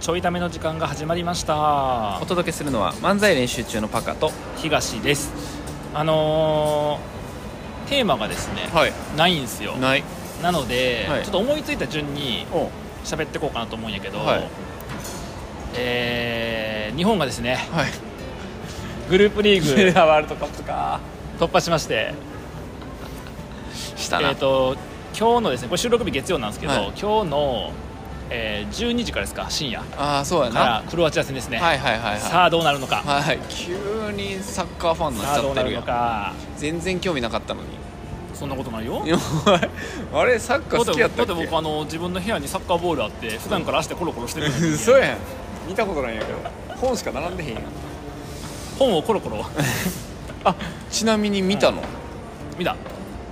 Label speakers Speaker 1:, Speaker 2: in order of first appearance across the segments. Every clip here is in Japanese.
Speaker 1: ちょいための時間が始まりました
Speaker 2: お届けするのは漫才練習中のパカと
Speaker 1: 東ですあのーテーマがですね、
Speaker 2: はい
Speaker 1: ないんですよな
Speaker 2: ない
Speaker 1: ので、
Speaker 2: はい
Speaker 1: ちょっと思いついた順に
Speaker 2: お
Speaker 1: 喋ってこうかなと思うんやけど、
Speaker 2: はい
Speaker 1: えー日本がですね
Speaker 2: はい
Speaker 1: グループリー グ
Speaker 2: ワールドカップか
Speaker 1: 突破しまして
Speaker 2: した
Speaker 1: え
Speaker 2: な、
Speaker 1: ー、と今日のですねこれ収録日月曜なんですけど、
Speaker 2: はい
Speaker 1: 今日の、えー12時からですか深夜か
Speaker 2: ああそうやなは
Speaker 1: らクロアチア戦ですね、
Speaker 2: いはいはいはい
Speaker 1: さあどうなるのか、
Speaker 2: はい急にサッカーファンにな
Speaker 1: さ
Speaker 2: っ
Speaker 1: あ
Speaker 2: ちゃ
Speaker 1: どう
Speaker 2: って
Speaker 1: な
Speaker 2: る
Speaker 1: る
Speaker 2: や
Speaker 1: の
Speaker 2: ん
Speaker 1: か
Speaker 2: 全然興味なかったのに
Speaker 1: そんなことないよ
Speaker 2: いやお前あれサッカ
Speaker 1: だ
Speaker 2: ー
Speaker 1: って
Speaker 2: 好きやったっけ
Speaker 1: だって僕あの自分の部屋にサッカーボールあって普段から足でコロコロしてるの に
Speaker 2: 嘘やん見たことないんやけど本しか並んでへんやん
Speaker 1: 本をコロコロ
Speaker 2: あちなみに見たの、
Speaker 1: 見た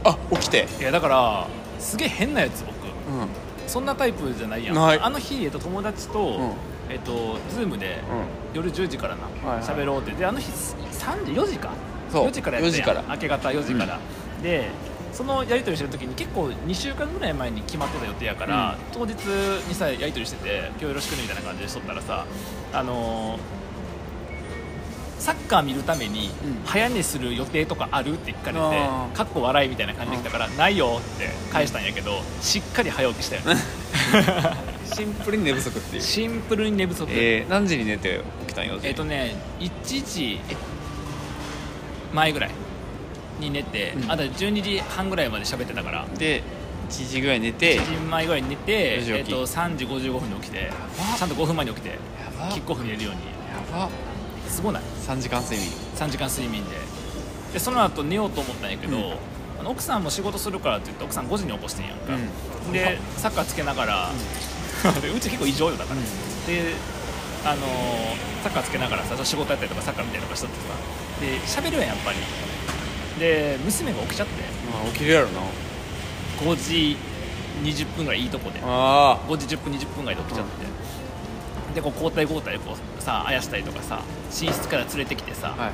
Speaker 2: あ起きて
Speaker 1: いやだからすげえ変なやつ僕
Speaker 2: うん
Speaker 1: そんなタイプじゃないやん
Speaker 2: ない
Speaker 1: あの日、えっと、友達と、
Speaker 2: ん
Speaker 1: えっとズームで、
Speaker 2: う
Speaker 1: 夜10時からな
Speaker 2: はいはい
Speaker 1: 喋、ろうってであの日3時4時か
Speaker 2: そう
Speaker 1: 4時からやって
Speaker 2: 4時から
Speaker 1: 明け方4時から、でそのやり取りしてる時に結構2週間ぐらい前に決まってた予定やから、当日にさやり取りしてて「今日よろしくね」みたいな感じでしとったらさあのーサッカー見るために
Speaker 2: うん
Speaker 1: 早寝する予定とかあるって聞かれて、
Speaker 2: あー
Speaker 1: かっこ笑いみたいな感じで来たから、ないよって返したんやけど、しっかり早起きしたよね
Speaker 2: シンプルに寝不足 っていう
Speaker 1: シンプルに寝不足
Speaker 2: えー、何時に寝て起きたんよ
Speaker 1: えっ、とね1時前ぐらいに寝て、
Speaker 2: うん
Speaker 1: あと12時半ぐらいまで喋ってたから
Speaker 2: で1時ぐらい寝て
Speaker 1: 1時前ぐらいに寝て、え
Speaker 2: 4時起
Speaker 1: っ
Speaker 2: き
Speaker 1: と3時55分に起きて
Speaker 2: ば
Speaker 1: ちゃんと5分前に起きて
Speaker 2: やば
Speaker 1: キックオフに寝るように
Speaker 2: やば
Speaker 1: すごない
Speaker 2: 3時間睡眠
Speaker 1: 3時間睡眠ででその後寝ようと思ったんやけど、
Speaker 2: うん
Speaker 1: あの奥さんも仕事するからって言って奥さん5時に起こしてんやんか、
Speaker 2: うん
Speaker 1: でサッカーつけながら、うでうち結構異常よだから、
Speaker 2: うん
Speaker 1: であのーサッカーつけながらさ仕事やったりとかサッカーみたいなのとかしとってさで喋るやんやっぱりで娘が起きちゃって
Speaker 2: まあ起きるやろな
Speaker 1: 5時20分ぐらいいいとこで
Speaker 2: あ
Speaker 1: 5時10分20分ぐらいで起きちゃって、でこう交代交代こうさあやしたりとかさ寝室から連れてきてさ、
Speaker 2: はいはい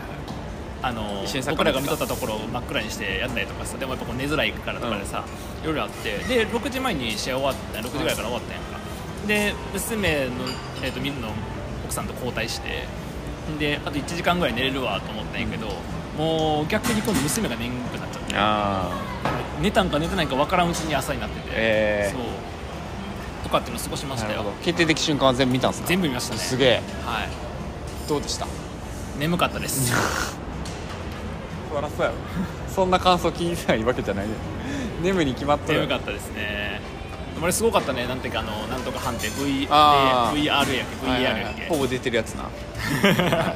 Speaker 1: あの
Speaker 2: 一緒にサッ
Speaker 1: 僕
Speaker 2: カー
Speaker 1: らが見とったところを真っ暗にしてやったりとかさでもやっぱこう寝づらいからとかでさ、夜あってで6時前に試合終わった6時ぐらいから終わったやんか、で娘の、えー、と見るの奥さんと交代してであと1時間ぐらい寝れるわと思ったんやけどもう逆に今度娘が眠くなっちゃって
Speaker 2: あ
Speaker 1: 寝たんか寝てないんか分からんうちに朝になってて、
Speaker 2: えー
Speaker 1: そうとかっていうのを過ごしま
Speaker 2: あ
Speaker 1: し
Speaker 2: な
Speaker 1: た
Speaker 2: る
Speaker 1: よ
Speaker 2: ほど決定的瞬間は全部見たんすか
Speaker 1: 全部見ましたね
Speaker 2: すげえ
Speaker 1: はい
Speaker 2: どうでした
Speaker 1: 眠かったです
Speaker 2: 笑そうやろ そんな感想聞いてないわけじゃないね 眠に決まっとる
Speaker 1: 眠かったですねあれすごかったねなんていうかあのなんとか判定 v
Speaker 2: あー
Speaker 1: VR やっけ VR
Speaker 2: はいはい
Speaker 1: やっ
Speaker 2: はい
Speaker 1: け、
Speaker 2: ほぼ出てるやつな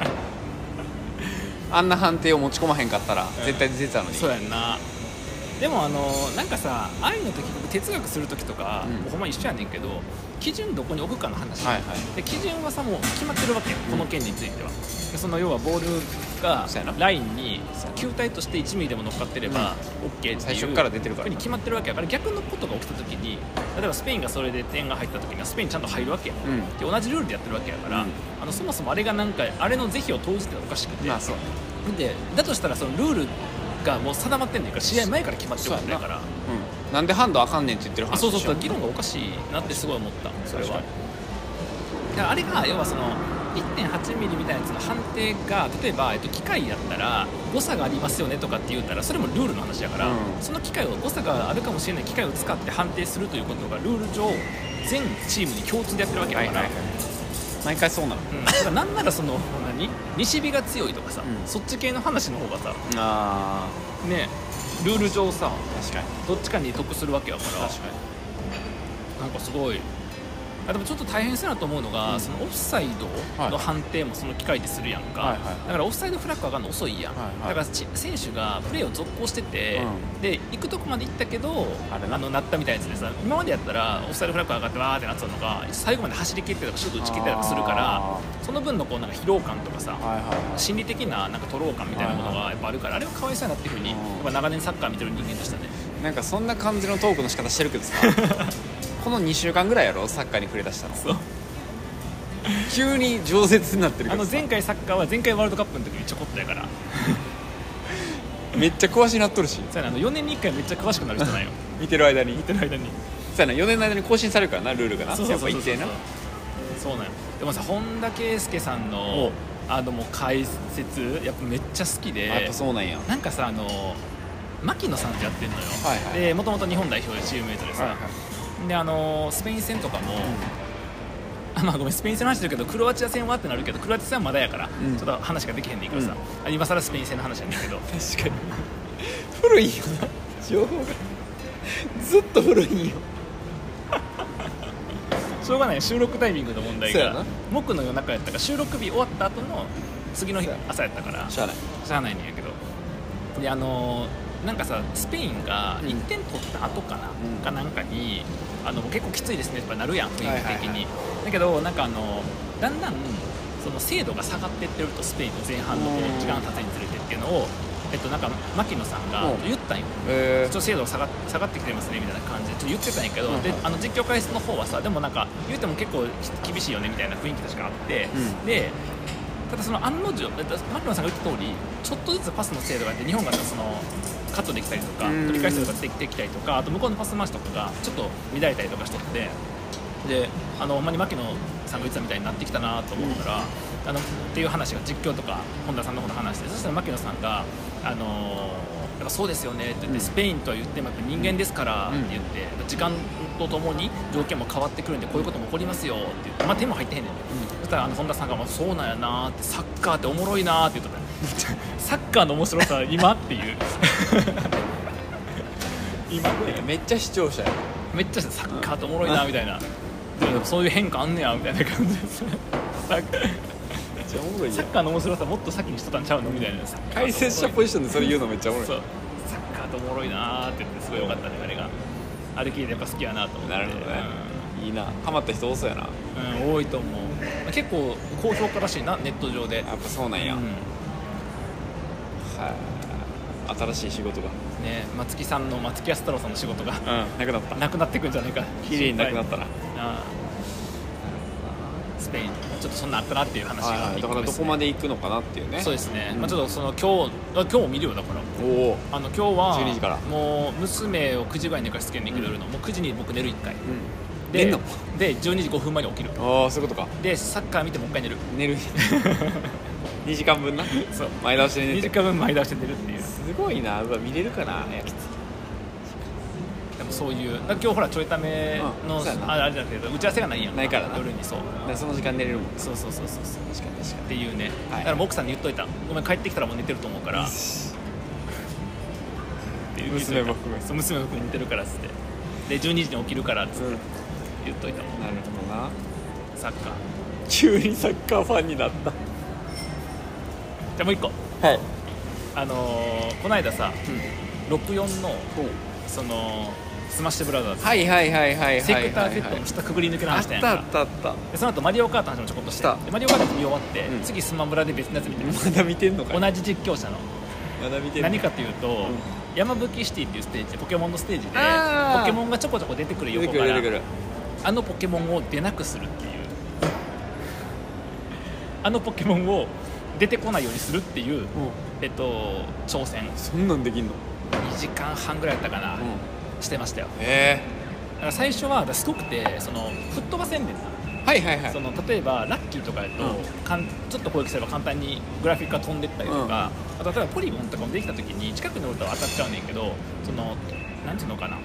Speaker 2: あんな判定を持ち込まへんかったら絶対出てたのに
Speaker 1: そうやんなでもあのなんかさ愛の時僕哲学する時とか、
Speaker 2: うん
Speaker 1: もうほんま一緒やねんけど基準どこに置くかの話、
Speaker 2: はいはい
Speaker 1: で基準はさもう決まってるわけよこの件については、でその要はボールが
Speaker 2: そうやな
Speaker 1: ラインに球体として1ミリでも乗っかってれば OK っていう
Speaker 2: 最初から出てるか
Speaker 1: ふ
Speaker 2: ら
Speaker 1: うに決まってるわけやから逆のことが起きた時に例えばスペインがそれで点が入った時にはスペインちゃんと入るわけや、
Speaker 2: うん
Speaker 1: で同じルールでやってるわけやから、
Speaker 2: うん
Speaker 1: あのそもそもあれがなんかあれの是非を投じてはおかしくて、
Speaker 2: まあそうね
Speaker 1: でだとしたらそのルールがもう定まってんねんから試合前から決まってることやから
Speaker 2: うんなんでハンドあかんねんって言ってる
Speaker 1: あ
Speaker 2: 話
Speaker 1: そうそうそう
Speaker 2: でし
Speaker 1: 議論がおかしいなってすごい思ったそれは
Speaker 2: 確か
Speaker 1: だからあれが要はその1.8ミリみたいなやつの判定が例えば、えっと、機械やったら誤差がありますよねとかって言ったらそれもルールの話やから、
Speaker 2: うん
Speaker 1: その機械を誤差があるかもしれない機械を使って判定するということがルール上全チームに共通でやってるわけ
Speaker 2: ょ
Speaker 1: だ
Speaker 2: は
Speaker 1: か
Speaker 2: い
Speaker 1: ら、
Speaker 2: はいはい毎回そうなの
Speaker 1: うんだからなんならその何西日が強いとかさ、
Speaker 2: うん
Speaker 1: そっち系の話の方がさ
Speaker 2: あ
Speaker 1: ねルール上さ
Speaker 2: あ確かに
Speaker 1: どっちかに得するわけやから
Speaker 2: 確かに
Speaker 1: なんかすごいあでもちょっと大変そうやなと思うのが、
Speaker 2: うん
Speaker 1: そのオフサイドの判定もその機械でするやんか、
Speaker 2: はいはい
Speaker 1: だからオフサイドフラッグ上がるの遅いやん、
Speaker 2: はいはい
Speaker 1: だからち選手がプレーを続行してて、
Speaker 2: う
Speaker 1: で行くとこまで行ったけど
Speaker 2: あれな
Speaker 1: のなったみたいなやつでさ今までやったらオフサイドフラッグ上がってわーってなってたのが最後まで走り切ってとかシュート打ち切ってとかするから
Speaker 2: あ
Speaker 1: その分のこうなんか疲労感とかさ、
Speaker 2: はいはいはい
Speaker 1: 心理的ななんかトロー感みたいなものがやっぱあるからあれはかわいそうやなっていうふうにや
Speaker 2: うん
Speaker 1: っぱ長年サッカー見てる人間としてはね
Speaker 2: なんかそんな感じのトークの仕方してるけ どさこの2週間ぐらいやろサッカーに触れ出したの
Speaker 1: そう
Speaker 2: 急に饒舌になってる
Speaker 1: あ
Speaker 2: けど
Speaker 1: の
Speaker 2: さ
Speaker 1: 前回サッカーは前回ワールドカップの時にちょこっとやから
Speaker 2: めっちゃ詳しいなっとるし
Speaker 1: そうやなあの4年に1回めっちゃ詳しくなる人なんよ
Speaker 2: 見てる間に
Speaker 1: 見てる間に
Speaker 2: そうやな4年の間に更新されるからなルールがな
Speaker 1: そうそうそう
Speaker 2: やっぱ一定な
Speaker 1: そうなんよでもさ本田圭佑さん
Speaker 2: お
Speaker 1: の
Speaker 2: う
Speaker 1: あのもう解説やっぱめっちゃ好きで
Speaker 2: あやっぱそうなんや
Speaker 1: なんかさあの牧野さんってやってるのよ、
Speaker 2: はいはい
Speaker 1: でもともと日本代表でチームメイトでさ、
Speaker 2: はいはい
Speaker 1: であのスペイン戦とかも、 あまあごめんスペイン戦の話してるけどクロアチア戦はってなるけどクロアチア戦はまだやから、
Speaker 2: うん
Speaker 1: ちょっと話ができへんでいいからさ、あ今更スペイン戦の話やねんけど
Speaker 2: 確かに古いよな情報がずっと古いんよ
Speaker 1: しょうがない収録タイミングの問題
Speaker 2: そうやな
Speaker 1: が僕の夜中やったから収録日終わった後の次の日
Speaker 2: そうや
Speaker 1: 朝やったから
Speaker 2: しゃあない
Speaker 1: しゃあないんやけどであのーなんかさスペインが1点取った後かな、
Speaker 2: うん
Speaker 1: かなんかにあの結構きついですねとかなるやん雰囲気的に、
Speaker 2: はいはい
Speaker 1: だけどなんかあのだんだんその精度が下がってってるとスペインの前半のこ
Speaker 2: うん
Speaker 1: う時間が経つにつれてっていうのを、えっと、なんか牧野さんが
Speaker 2: うん
Speaker 1: 言ったんよ
Speaker 2: え
Speaker 1: ちょっと精度が下が下がってきてますねみたいな感じでちょっと言ってたんやけど、
Speaker 2: うんうん
Speaker 1: であの実況解説の方はさでもなんか言うても結構厳しいよねみたいな雰囲気確かあって、
Speaker 2: うん
Speaker 1: でただその案の定えっと牧野さんが言った通りちょっとずつパスの精度があって日本がさそのカットできたりとか
Speaker 2: うん
Speaker 1: 取り返したりとかできてきたりとかあと向こうのパス回しとかがちょっと乱れたりとかしとってであのほんまに牧野さんが言ってたみたいになってきたなと思ったら、あのっていう話が実況とか本田さんの方の話でそしたら牧野さんが「あのーやっぱそうですよね」って言って、
Speaker 2: うん
Speaker 1: スペインとは言ってもやっぱ人間ですから」って言って、やっぱ時間とともに条件も変わってくるんでこういうことも起こりますよって言って、まあ、手も入ってへんねん、そしたらあの本田さんが「まあそうなんやな」って「サッカーっておもろいな」って言ってた サッカーの面白さは今っていう 今
Speaker 2: めっちゃ視聴者や
Speaker 1: めっちゃサッカーっておもろいなみたいな、でもそういう変化あんねやみたいな感じです サッカー
Speaker 2: めっちゃおもろい
Speaker 1: サ
Speaker 2: やん
Speaker 1: ッカーの面白さもっと先にしとったんちゃうのみたいなさ
Speaker 2: 解説者ポジションでそれ言うのめっちゃおもろい
Speaker 1: そうサッカーっておもろいなーって言ってすごい良かったねあれがあれ聞いてやっぱ好きやなと思って
Speaker 2: なるほどね、いいなハマった人多そうやな
Speaker 1: うん、うん多いと思うまあ結構高評価らしいなネット上で
Speaker 2: やっぱそうなんや、
Speaker 1: うん
Speaker 2: はい新しい仕事が
Speaker 1: ね松木さんの松木安太郎さんの仕事が
Speaker 2: うんなくなった
Speaker 1: なくなってくんじゃないか
Speaker 2: 綺麗になくなったな
Speaker 1: あースペインちょっとそんなんあったなっていう話
Speaker 2: はい
Speaker 1: が
Speaker 2: はい
Speaker 1: 一
Speaker 2: だ
Speaker 1: 個
Speaker 2: から
Speaker 1: 目
Speaker 2: ど
Speaker 1: す
Speaker 2: こ
Speaker 1: ね
Speaker 2: まで行くのかなっていうね
Speaker 1: そうですね、
Speaker 2: うん
Speaker 1: まあ、ちょっとその今日あ今日も見るよだから
Speaker 2: おお
Speaker 1: あの今日は
Speaker 2: 12時から
Speaker 1: もう娘を9時ぐらいに寝かしつけんねんけど、夜のもう9時に僕寝る1回
Speaker 2: うん
Speaker 1: で
Speaker 2: 寝んの
Speaker 1: で12時5分前に起きる
Speaker 2: ああそういうことか
Speaker 1: でサッカー見てもう1回寝る
Speaker 2: 寝る2時間分な
Speaker 1: そう
Speaker 2: 前倒しで
Speaker 1: 2時
Speaker 2: 寝て
Speaker 1: 間分前倒して寝るっていう
Speaker 2: すごいなうわ見れるかないやきつい
Speaker 1: でもそういうだから今日ほらちょいための、
Speaker 2: うんそうやな
Speaker 1: ああれだけど打ち合わせがないやん
Speaker 2: ないからな
Speaker 1: 夜にそう
Speaker 2: だからその時間寝れるもん
Speaker 1: そうそうそうそうそう
Speaker 2: 確かに確か
Speaker 1: っていうね、
Speaker 2: はい
Speaker 1: だからもう奥さんに言っといたごめん帰ってきたらもう寝てると思うから
Speaker 2: に娘も含め
Speaker 1: そう娘も僕寝てるからっつってで12時に起きるからっつって
Speaker 2: うん
Speaker 1: 言っといたもん
Speaker 2: なるほどな
Speaker 1: サッカー
Speaker 2: 急にサッカーファンになっ
Speaker 1: じゃあもう一個
Speaker 2: たはい
Speaker 1: あのーこの間さ64のそのスマッシュブラザーズ、
Speaker 2: はいはいはいはいはい
Speaker 1: セクターセットの下くぐり抜けの
Speaker 2: あ
Speaker 1: 話
Speaker 2: っ
Speaker 1: したやん
Speaker 2: た
Speaker 1: か
Speaker 2: あったあった
Speaker 1: でその後マリオカートの話もちょこっとし
Speaker 2: してた
Speaker 1: でマリオカート見終わって、
Speaker 2: うん
Speaker 1: 次スマブラで別のやつ見てる
Speaker 2: まだ見てんのかい
Speaker 1: 同じ実況者の
Speaker 2: まだ見てんの
Speaker 1: 何かというと、
Speaker 2: ん
Speaker 1: 山吹シティっていうステージポケモンのステージで
Speaker 2: あー
Speaker 1: ポケモンがちょこちょこ出てくる
Speaker 2: 出て
Speaker 1: 横
Speaker 2: く
Speaker 1: か
Speaker 2: る
Speaker 1: ら
Speaker 2: 出てくる
Speaker 1: あのポケモンを出なくするっていうあのポケモンを出てこないようにするっていう、えっと、挑戦
Speaker 2: そんなんできんの
Speaker 1: 2時間半ぐらいやったかな、
Speaker 2: うん
Speaker 1: してましたよ
Speaker 2: え
Speaker 1: だから最初はだからすごくてその吹っ飛ばせんねんな
Speaker 2: えはいはいはい
Speaker 1: その例えばラッキーとかやと、
Speaker 2: うん
Speaker 1: かんちょっと攻撃すれば簡単にグラフィックが飛んでったりとか、あと例えばポリゴンとかもできた時に近くにおると当たっちゃうねんけどそのなんていうのかな、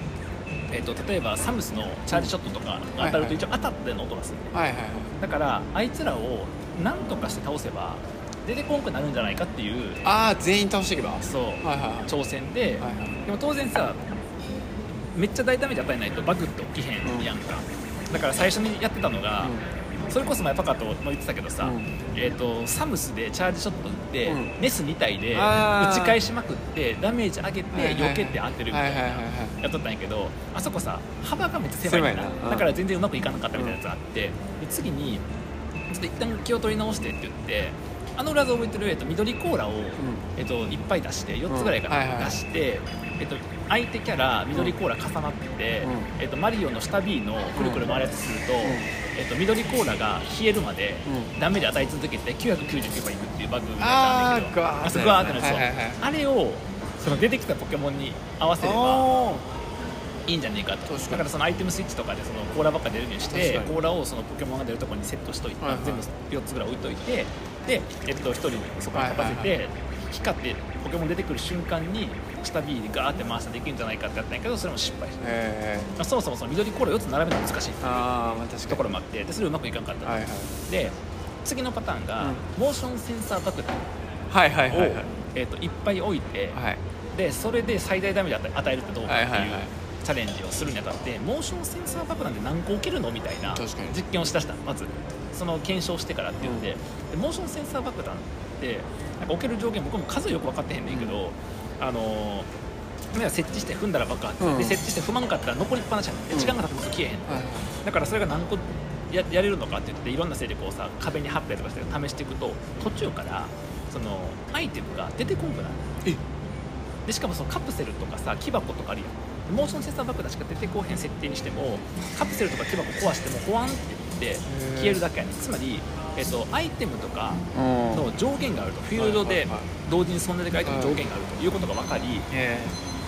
Speaker 1: えっと例えばサムスのチャージショットとかが当たると一応当たっての音がする、
Speaker 2: はいはいはい
Speaker 1: だからあいつらを何とかして倒せば出てこんくなるんじゃないかっていう
Speaker 2: ああ全員倒していけばはい
Speaker 1: そう、
Speaker 2: はいはい
Speaker 1: 挑戦で、
Speaker 2: はいはい
Speaker 1: でも当然さめっちゃ大ダメージ与えないとバグって起きへんやんか、だから最初にやってたのが、それこそ前パカとも言ってたけどさ、
Speaker 2: うん
Speaker 1: えー、とサムスでチャージショット打って、
Speaker 2: うん
Speaker 1: メス2体で
Speaker 2: あ
Speaker 1: 打
Speaker 2: ー
Speaker 1: ち返しまくってダメージ上げて
Speaker 2: はいはいはい
Speaker 1: 避けて当てるみ
Speaker 2: は
Speaker 1: た
Speaker 2: い
Speaker 1: い
Speaker 2: はいはい
Speaker 1: な
Speaker 2: は
Speaker 1: やっとったんやけどあそこさ幅がめっちゃ狭いんだ
Speaker 2: 狭いなうん
Speaker 1: だから全然うまくいかなかったみたいなやつがあって、で次にちょっと一旦気を取り直してって言ってあの裏で覚えてる、えっと、緑コーラを、えっと、いっぱい出して4つぐらいか
Speaker 2: うんはいはい
Speaker 1: な出して、えっと、相手キャラ緑コーラ重なってて、
Speaker 2: う
Speaker 1: えっと、マリオの下 B のくるくる回るやつすると、
Speaker 2: ん
Speaker 1: えっと、緑コーラが冷えるまで
Speaker 2: うん
Speaker 1: ダメージ与え続けて999個いくっていうバグみたいなの
Speaker 2: あ
Speaker 1: るんだ
Speaker 2: ー
Speaker 1: けど
Speaker 2: ガーッて
Speaker 1: そうガーってなるんですよ
Speaker 2: はいはいはい
Speaker 1: あれをその出てきたポケモンに合わせ
Speaker 2: い
Speaker 1: れば
Speaker 2: おー
Speaker 1: いいんじゃねえかと
Speaker 2: 確かに
Speaker 1: だからそのアイテムスイッチとかでそのコーラばっか出るようにして
Speaker 2: 確かに
Speaker 1: コーラをそのポケモンが出るところにセットしといて、
Speaker 2: はいはい
Speaker 1: 全部4つぐらい置いといてで、えっと、1人そこに立たせて、
Speaker 2: はい
Speaker 1: 光ってポケモン出てくる瞬間に下 B でガーって回してできるんじゃないかってやったんやけどそれも失敗して、
Speaker 2: え
Speaker 1: まあ、そもそもその緑コーラ4つ並べるのが難しいって
Speaker 2: ー、ああまあ確
Speaker 1: とこ
Speaker 2: か
Speaker 1: ろもあってでそれうまくいかんかった
Speaker 2: に
Speaker 1: と、
Speaker 2: はい
Speaker 1: で次のパターンが、
Speaker 2: うん
Speaker 1: モーションセンサー爆弾
Speaker 2: はいは
Speaker 1: を、
Speaker 2: いはいはいはい
Speaker 1: えっといっぱい置いて、
Speaker 2: はい
Speaker 1: でそれで最大ダメージ与えるってどうかっていう、
Speaker 2: はいはいはい
Speaker 1: チャレンジをするにあたってモーションセンサー爆弾で何個置けるのみたいな
Speaker 2: 確かに
Speaker 1: 実験をしだしたのまずその検証してからって言って、でモーションセンサー爆弾ってなんか置ける上限僕も数よく分かってへんねんけど、あのー設置して踏んだら爆発、
Speaker 2: うん
Speaker 1: で設置して踏まんかったら残りっぱなしやねんで
Speaker 2: うん
Speaker 1: 時間が経っても消えへん、
Speaker 2: はい
Speaker 1: だからそれが何個ややれるのかって言っていろんな勢力をさ壁に貼ったりとかして試していくと途中からそのアイテムが出てこんくなる
Speaker 2: え
Speaker 1: でしかもそのカプセルとかさ木箱とかあるやんモーションセンサー爆弾しか出てこうへん設定にしてもカプセルとか木箱壊してもホワンって言って
Speaker 2: ー
Speaker 1: 消えるだけやねんつまり、えっと、アイテムとか
Speaker 2: うん
Speaker 1: の上限があるとフィールド
Speaker 2: はい
Speaker 1: で
Speaker 2: はいはい
Speaker 1: 同時に存在できるアイテムの上限があるということが分かり
Speaker 2: え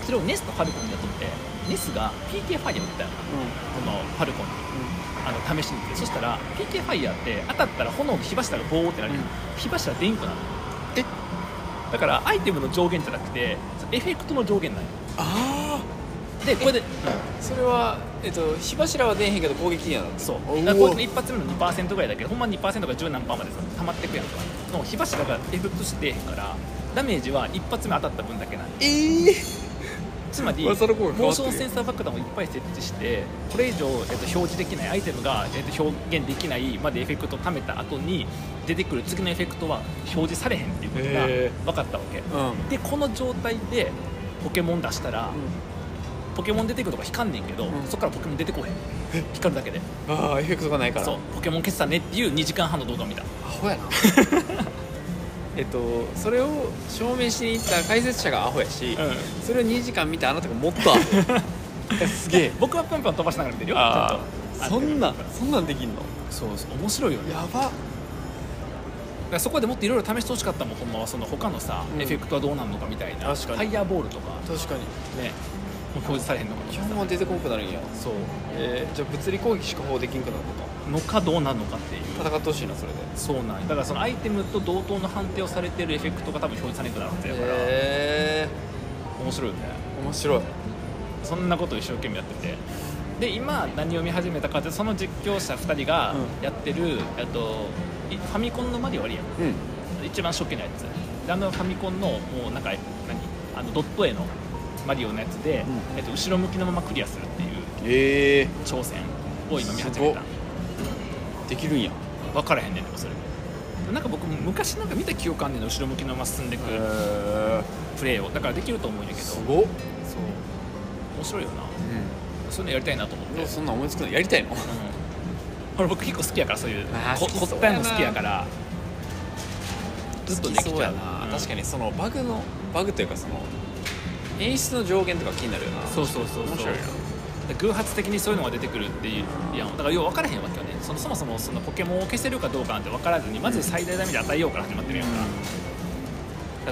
Speaker 1: それをネスとファルコンにやっとってネスが PK ファイヤーを打ったよ
Speaker 2: ー、うん
Speaker 1: このファルコンにあの試しに行ってそしたら PK ファイヤーって当たったら炎の火柱がボーってなるやん
Speaker 2: うん
Speaker 1: 火柱出んくなる
Speaker 2: え
Speaker 1: だからアイテムの上限じゃなくてエフェクトの上限なんよ
Speaker 2: あ
Speaker 1: でこれで、
Speaker 2: あそれはえっと火柱は出えへんけど攻撃にはなる
Speaker 1: そう
Speaker 2: おお
Speaker 1: だからこれで一発目の2%ぐらいだけどほんま2%が10何パーまでさ溜まってくやんかの火柱がエフェクトしてへんからダメージは一発目当たった分だけない
Speaker 2: ええー、
Speaker 1: つまりモ
Speaker 2: わざる声変わってる
Speaker 1: ーションセンサー爆弾をいっぱい設置してこれ以上、えっと、表示できないアイテムが、えっと、表現できないまでエフェクトを貯めた後に出てくる次のエフェクトは表示されへんっていうことが
Speaker 2: へ
Speaker 1: 分かったわけ、
Speaker 2: うん
Speaker 1: でこの状態でポケモン出したら、ポケモン出てくるとか光んねんけど、
Speaker 2: ん
Speaker 1: そっからポケモン出てこへん光るだけで
Speaker 2: ああエフェクトがないから
Speaker 1: そうポケモン消したねっていう2時間半の動画を見た
Speaker 2: アホやな えっとそれを証明しに行った解説者がアホやし、
Speaker 1: う
Speaker 2: それを2時間見てあなたがもっとアホえ すげえ
Speaker 1: 僕はパンパン飛ばしながら見てるよち
Speaker 2: あ
Speaker 1: ゃんと
Speaker 2: ーそんなんそんなんできんの
Speaker 1: そうそう面白いよね
Speaker 2: やば
Speaker 1: だからそこでもっといろいろ試してほしかったもんほんまはその他のさ、
Speaker 2: うん
Speaker 1: エフェクトはどうなんのかみたいな
Speaker 2: 確かに
Speaker 1: ファイヤーボールとか
Speaker 2: 確かに
Speaker 1: ねもう表示されへんのかと
Speaker 2: 基
Speaker 1: か
Speaker 2: 本は出てこなくなるんや
Speaker 1: さそう
Speaker 2: えー、じゃあ物理攻撃しか法できんくなるの
Speaker 1: のかどうなんのかっていう
Speaker 2: か戦ってほしいなそれで
Speaker 1: そうなんやだからそのアイテムと同等の判定をされてるエフェクトが多分表示されなくなるはずやから、
Speaker 2: へえ
Speaker 1: 面白いよね
Speaker 2: ー、面白い
Speaker 1: そんなことを一生懸命やっててで今何を見始めたかってその実況者2人がやってる、えっといファミコンのマリオあるやん
Speaker 2: うん
Speaker 1: 一番初期のやつであのファミコンのもうなんか何あのドット絵のマリオのやつで、
Speaker 2: う
Speaker 1: えっと、後ろ向きのままクリアするっていう
Speaker 2: ええ
Speaker 1: 挑戦を今見始め
Speaker 2: すご
Speaker 1: た
Speaker 2: っできるんや
Speaker 1: 分からへんねんでもそれなんか僕も昔なんか見た記憶あんねんの後ろ向きのまま進んでく
Speaker 2: へえ
Speaker 1: るプレーをだからできると思うんやけど
Speaker 2: す
Speaker 1: そう
Speaker 2: ごっ、
Speaker 1: 面白いよな
Speaker 2: う
Speaker 1: そういうのやりたいなと思って
Speaker 2: ん、そんなん思いつくのやりたいの
Speaker 1: これ僕結構好きやからそういう
Speaker 2: あー
Speaker 1: こ
Speaker 2: 好きそう
Speaker 1: こったいも好きやからずっとできち
Speaker 2: 好そう
Speaker 1: ゃ
Speaker 2: や
Speaker 1: う
Speaker 2: な、
Speaker 1: うん
Speaker 2: 確かにそのバグのバグというかその演出の上限とか気になるよな
Speaker 1: そうそうそうそう
Speaker 2: 面白いな
Speaker 1: で偶発的にそういうのが出てくるっていういやんだからよう分からへんわけよねそのそもそもそのポケモンを消せるかどうかなんて分からずにまず最大ダメージ与えようから始まってるやんか,、だか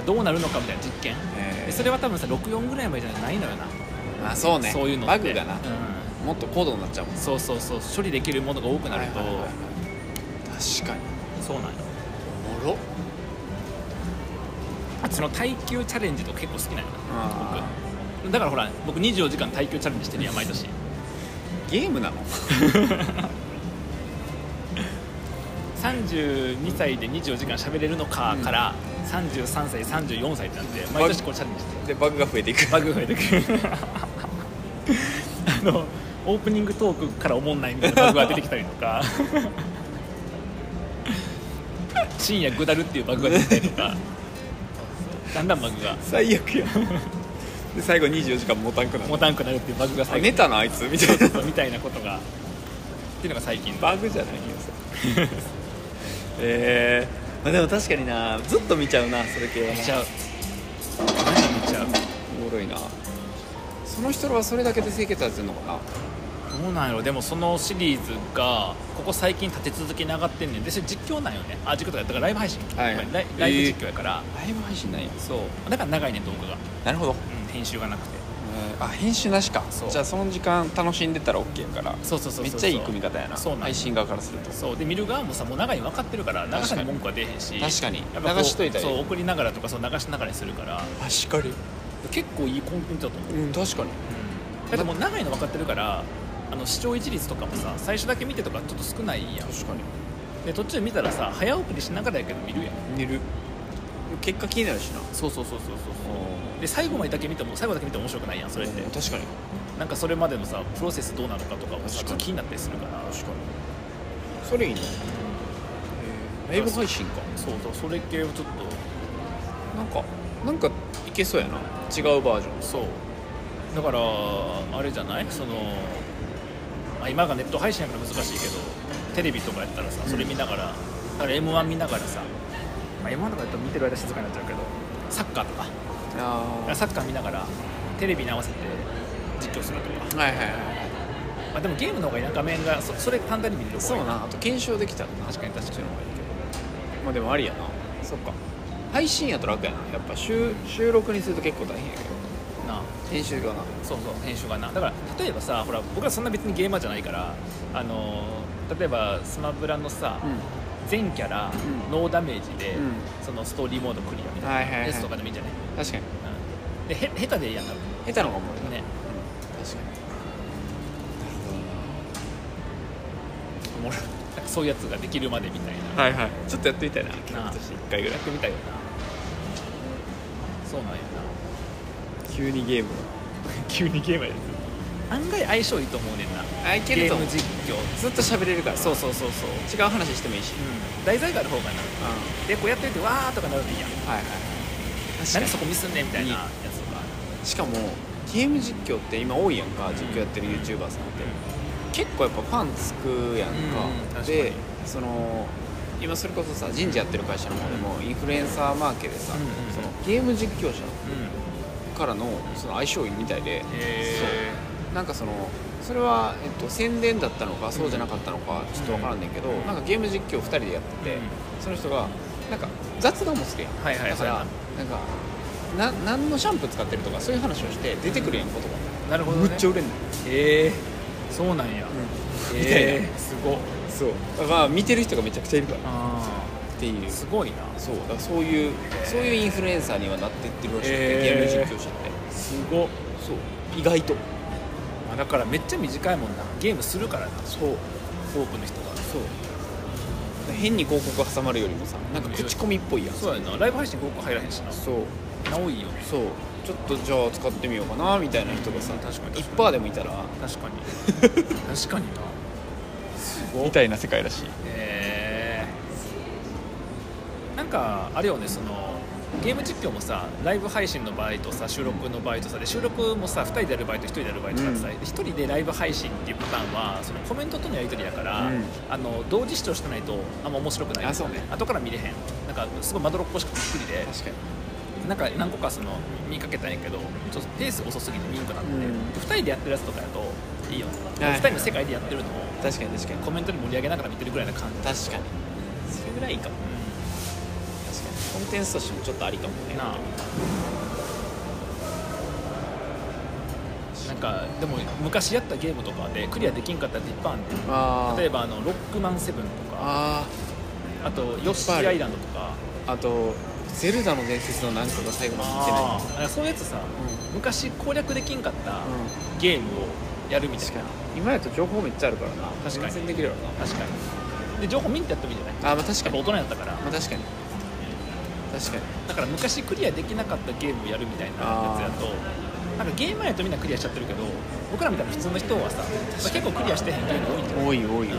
Speaker 1: らどうなるのかみたいな実験
Speaker 2: え
Speaker 1: でそれは多分さ64ぐらいまでじゃないのよな、
Speaker 2: まあそうね
Speaker 1: そういうのって
Speaker 2: バグがな、
Speaker 1: う
Speaker 2: もっと高度になっちゃうもん
Speaker 1: ん、そうそうそう処理できるものが多くなると、
Speaker 2: はいはいはいはい確かに
Speaker 1: そうなんよ
Speaker 2: おもろ
Speaker 1: あとその耐久チャレンジとか結構好きなんよな
Speaker 2: あ
Speaker 1: だからほら僕24時間耐久チャレンジしてるやん毎年
Speaker 2: ーゲームなの
Speaker 1: 32歳で24時間喋れるのかから、33歳34歳ってなって毎年こうチャレンジしてる
Speaker 2: でバグが増えていく
Speaker 1: バグが増えてくるあのオープニングトークからおもんないみたいなバグが出てきたりとか深夜ぐだるっていうバグが出てきたりとかだんだんバグが
Speaker 2: 最悪やで最後24時間もたんくなる
Speaker 1: 持たんくなるっていうバグが
Speaker 2: あ
Speaker 1: 最後
Speaker 2: 寝たなあいつみたいな
Speaker 1: みたいなことがっていうのが最近の
Speaker 2: バグじゃないよそれ えー、まあでも確かになずっと見ちゃうなそれ系はな
Speaker 1: 見ちゃう何か見ちゃう
Speaker 2: おもろいなその人はそれだけで清潔やってんのかな
Speaker 1: どうなんやろでもそのシリーズがここ最近立て続けに上がってんねんでそれ実況なんよねあ実況とかだからライブ配信、
Speaker 2: はい
Speaker 1: ライライブ実況やから、
Speaker 2: ライブ配信ないや
Speaker 1: そうだから長いね動画が、
Speaker 2: なるほど
Speaker 1: うん、編集がなくて
Speaker 2: へあ編集なしか
Speaker 1: そう
Speaker 2: じゃあその時間楽しんでたら OK やから
Speaker 1: そうそうそうそう
Speaker 2: めっちゃいい組み方やな
Speaker 1: そうなんよ
Speaker 2: 配信側からすると
Speaker 1: そうで見る側もさもう長いの分かってるから長さに文句は出へんし
Speaker 2: 確かに
Speaker 1: やっぱこう
Speaker 2: 流しといたり
Speaker 1: そう送りながらとかそう流しながらにするから
Speaker 2: 確かに
Speaker 1: 結構いいコンテンツだと思う、
Speaker 2: うん確かに
Speaker 1: だってもう長いの分かってるからあの視聴一率とかもさ最初だけ見てとかちょっと少ないやん
Speaker 2: 確かに
Speaker 1: で途中見たらさ早送りしながらやけど見るやん
Speaker 3: 寝る結果気になるしな
Speaker 1: そうそうそうそうそうで最後までだけ見ても最後だけ見ても面白くないやんそれって
Speaker 2: 確かに
Speaker 1: なんかそれまでのさプロセスどうなのかとかもさち
Speaker 2: 確か
Speaker 1: ょっと
Speaker 2: に
Speaker 1: 気になったりするから
Speaker 2: 確かにそれいいねえーライブ配信か
Speaker 1: そうそうそれ系をちょっ
Speaker 2: なんかなんかいけそうやな違うバージョ
Speaker 1: とそうだからあれじゃないその、まあ、今がネット配信やから難しいけどテレビとかやったらさそれ見ながら、だから m 1見ながらさ、まあ、m 1とかやったら見てる間静かになっちゃうけどサッカーとか
Speaker 2: ンあ
Speaker 1: サッカー見ながらテレビに合わせて実況するとか、
Speaker 2: はいはいはい
Speaker 1: まあ、でもゲームの方がいいな画面がそそれ簡単に見れる方
Speaker 2: そ
Speaker 1: がいうい
Speaker 2: なあと検証できたらな確かに確かにまあでもありやなそっか配信やと楽やなやっぱ収収録にすると結構大変やけど
Speaker 1: な
Speaker 2: 編集がな
Speaker 1: そうそう編集がなだから例えばさほら僕はそんな別にゲーマーじゃないからあのー例えばスマブラのさ、全キャラ、
Speaker 2: うん
Speaker 1: ノーダメージで、
Speaker 2: うん
Speaker 1: そのストーリーモードクリアみた
Speaker 2: はいい
Speaker 1: な
Speaker 2: はいはい
Speaker 1: やつとかでもいいんじゃない、
Speaker 2: 確かに
Speaker 1: うん、でへ下手でいいやん多分
Speaker 2: 下手の方がおもろいな
Speaker 1: ね
Speaker 2: 確か
Speaker 1: お
Speaker 2: に
Speaker 1: もろいなんかそういうやつができるまでみたいな
Speaker 2: はいはいちょっとやってみたいな今
Speaker 1: な
Speaker 2: 年1回ぐらい
Speaker 1: やってみたいよなそうなんやな
Speaker 2: 急にゲーム
Speaker 1: 急にゲームやつ案外相性いいと思うねんな
Speaker 2: あいけると思う
Speaker 1: ゲーム実況
Speaker 2: ずっと喋れるから
Speaker 1: そうそうそうそう、
Speaker 2: 違う話してもいいし
Speaker 1: うん、題材がある方がな
Speaker 2: うんは
Speaker 1: でこうやってみてわーとかなるといいやん
Speaker 2: いはい確か
Speaker 1: 何
Speaker 2: に
Speaker 1: そこミスんねんみたいなやつとか
Speaker 2: しかもゲーム実況って今多いやんか実況やってる YouTuber さんって結構やっぱファンつくやん
Speaker 1: うん
Speaker 2: か,、
Speaker 1: 確かに
Speaker 2: でその今それこそさ人事やってる会社の方でもインフルエンサーマーケでさ、
Speaker 1: うんうん
Speaker 2: そのゲーム実況者
Speaker 1: うん、うん、
Speaker 2: からのその相性いいみたいで
Speaker 1: え
Speaker 2: そうなんかそのそれは、えっと、宣伝だったのかそうじゃなかったのかちょっと分からんねんけど、なんかゲーム実況2人でやってて、
Speaker 1: うん
Speaker 2: その人がなんか雑談も好きやん、
Speaker 1: はいはい
Speaker 2: だからなんかな何のシャンプー使ってるとかそういう話をして出てくるやん言葉が。
Speaker 1: ー、なるほど、ね、
Speaker 2: むっちゃ売れんのよ、
Speaker 1: ええー、そうなんや、
Speaker 2: みたいな
Speaker 1: えー、すご
Speaker 2: そうだから見てる人がめちゃくちゃいるから
Speaker 1: あ
Speaker 2: っていう
Speaker 1: ーすごいな
Speaker 2: そうだからそういうそういうインフルエンサーにはなってってるらしくて、
Speaker 1: へー
Speaker 2: ゲーム実況者って
Speaker 1: すご
Speaker 2: そう意外と
Speaker 1: あだからめっちゃ短いもんなゲームするからな
Speaker 2: そう
Speaker 1: 多くの人が
Speaker 2: そう変に広告が挟まるよりもさなんか口コミっぽいやん
Speaker 1: そうやなライブ配信広告入らへんしな
Speaker 2: そう
Speaker 1: なおいよ
Speaker 2: そうちょっとじゃあ使ってみようかなみたいな人がさ
Speaker 1: 確かに確かに
Speaker 2: 1%でもいたら
Speaker 1: 確かに 確かにな
Speaker 2: みたいな世界らしい
Speaker 1: えー、なんかあれよねそのゲーム実況もさライブ配信の場合とさ収録の場合とさで収録もさ2人でやる場合と1人でやる場合とかさ、
Speaker 2: うん
Speaker 1: 1人でライブ配信っていうパターンはそのコメントとのやり取りだから、
Speaker 2: うん
Speaker 1: あの同時視聴してないとあんま面白くない
Speaker 2: あそうね
Speaker 1: 後から見れへんなんかすごいまどろっこしくびっくりで
Speaker 2: 確かに
Speaker 1: なんか何個かその見かけたんやけどちょっとペース遅すぎて見んくなって、
Speaker 2: うん
Speaker 1: で2人でやってるやつとかやといいよね、
Speaker 2: は
Speaker 1: 2
Speaker 2: い
Speaker 1: 人の世界でやってるのを
Speaker 2: 確かに確かに
Speaker 1: コメントに盛り上げながら見てるぐらいな感じ
Speaker 2: 確かにそれぐらいいいかも確かにコンテンツとしてもちょっとありかもね
Speaker 1: なあなんかでも昔やったゲームとかでクリアできんかったら一般で
Speaker 2: あ
Speaker 1: 例え
Speaker 2: ば
Speaker 1: ばあのロックマンセブンとか
Speaker 2: あ
Speaker 1: あとヨッシーアイランドとか
Speaker 2: ーあと「ゼルダの伝説」のなんかが最後まで見てない
Speaker 1: あーそういうやつさ、昔攻略できんかったゲームをやるみたい
Speaker 2: 確
Speaker 1: な
Speaker 2: かに今やと情報めっちゃあるからな
Speaker 1: 確かに
Speaker 2: 全然できるよな
Speaker 1: 確かにで情報見んってやってもいいんじゃない
Speaker 2: あーまあ確か
Speaker 1: やっぱ
Speaker 2: に
Speaker 1: 大人やったから
Speaker 2: まあ確かに確かに
Speaker 1: だから昔クリアできなかったゲームをやるみたいなやつやとなんかゲームやとみんなクリアしちゃってるけど僕らみたいな普通の人はさ結構クリアしてへんゲーム多いんじゃない
Speaker 2: 多い多い多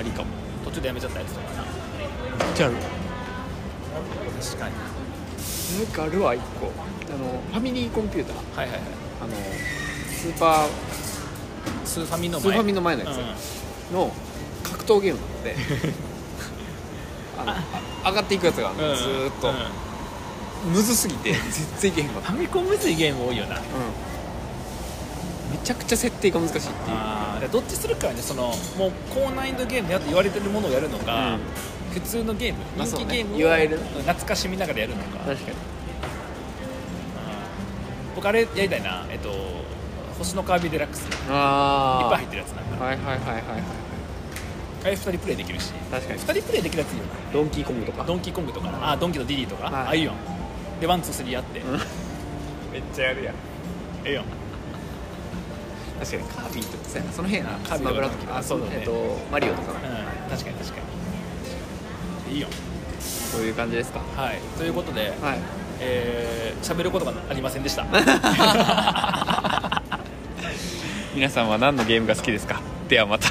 Speaker 2: いありかも
Speaker 1: 途中でやめちゃったやつとかな
Speaker 2: じゃあ
Speaker 1: 確かに
Speaker 2: なんかあるわ一個あのファミリーコンピューター
Speaker 1: はいはいはい
Speaker 2: あのスーパ
Speaker 1: スーファミの
Speaker 2: ー
Speaker 1: 前
Speaker 2: スーファミの前のやつの格闘ゲームなの であのあ上がっていくやつがある
Speaker 1: うん
Speaker 2: の
Speaker 1: うん
Speaker 2: ずーっと
Speaker 1: うんフ
Speaker 2: むずすぎて全然いけへんかった
Speaker 1: ァミコンむずいゲーム多いよな
Speaker 2: めちゃくちゃ設定が難しいっていう
Speaker 1: あーどっちするかはねそのもう高難易度ゲームやと言われてるものをやるのか、
Speaker 2: うん
Speaker 1: 普通のゲーム
Speaker 2: まあ
Speaker 1: 人気
Speaker 2: そうね
Speaker 1: ゲームを
Speaker 2: いわゆる
Speaker 1: 懐かしみながらやるのか
Speaker 2: かに
Speaker 1: 僕あれやりたいなえっと星のカービィデラックスいっぱい
Speaker 2: ああ
Speaker 1: 入ってるやつなんか
Speaker 2: はいはいはいはいはい
Speaker 1: あれ2人プレイできるし
Speaker 2: 確かに
Speaker 1: 2人プレイできるやついいよな
Speaker 2: ドンキーコングとか
Speaker 1: ドンキーコングとかあドンキのディディとか、
Speaker 2: はい
Speaker 1: あいいよでワンツースリーやって、
Speaker 2: んめっちゃやるやん
Speaker 1: ええよ
Speaker 2: 確かにカービィとかそうやなその辺やな
Speaker 1: カービィとか
Speaker 2: スマブラとか
Speaker 1: あそうだね
Speaker 2: えっとマリオとか
Speaker 1: うん確かに確かにいいよ
Speaker 2: そういう感じですか
Speaker 1: はいということで、
Speaker 2: はい
Speaker 1: えー、喋ることがありませんでした
Speaker 2: 皆さんは何のゲームが好きですかではまた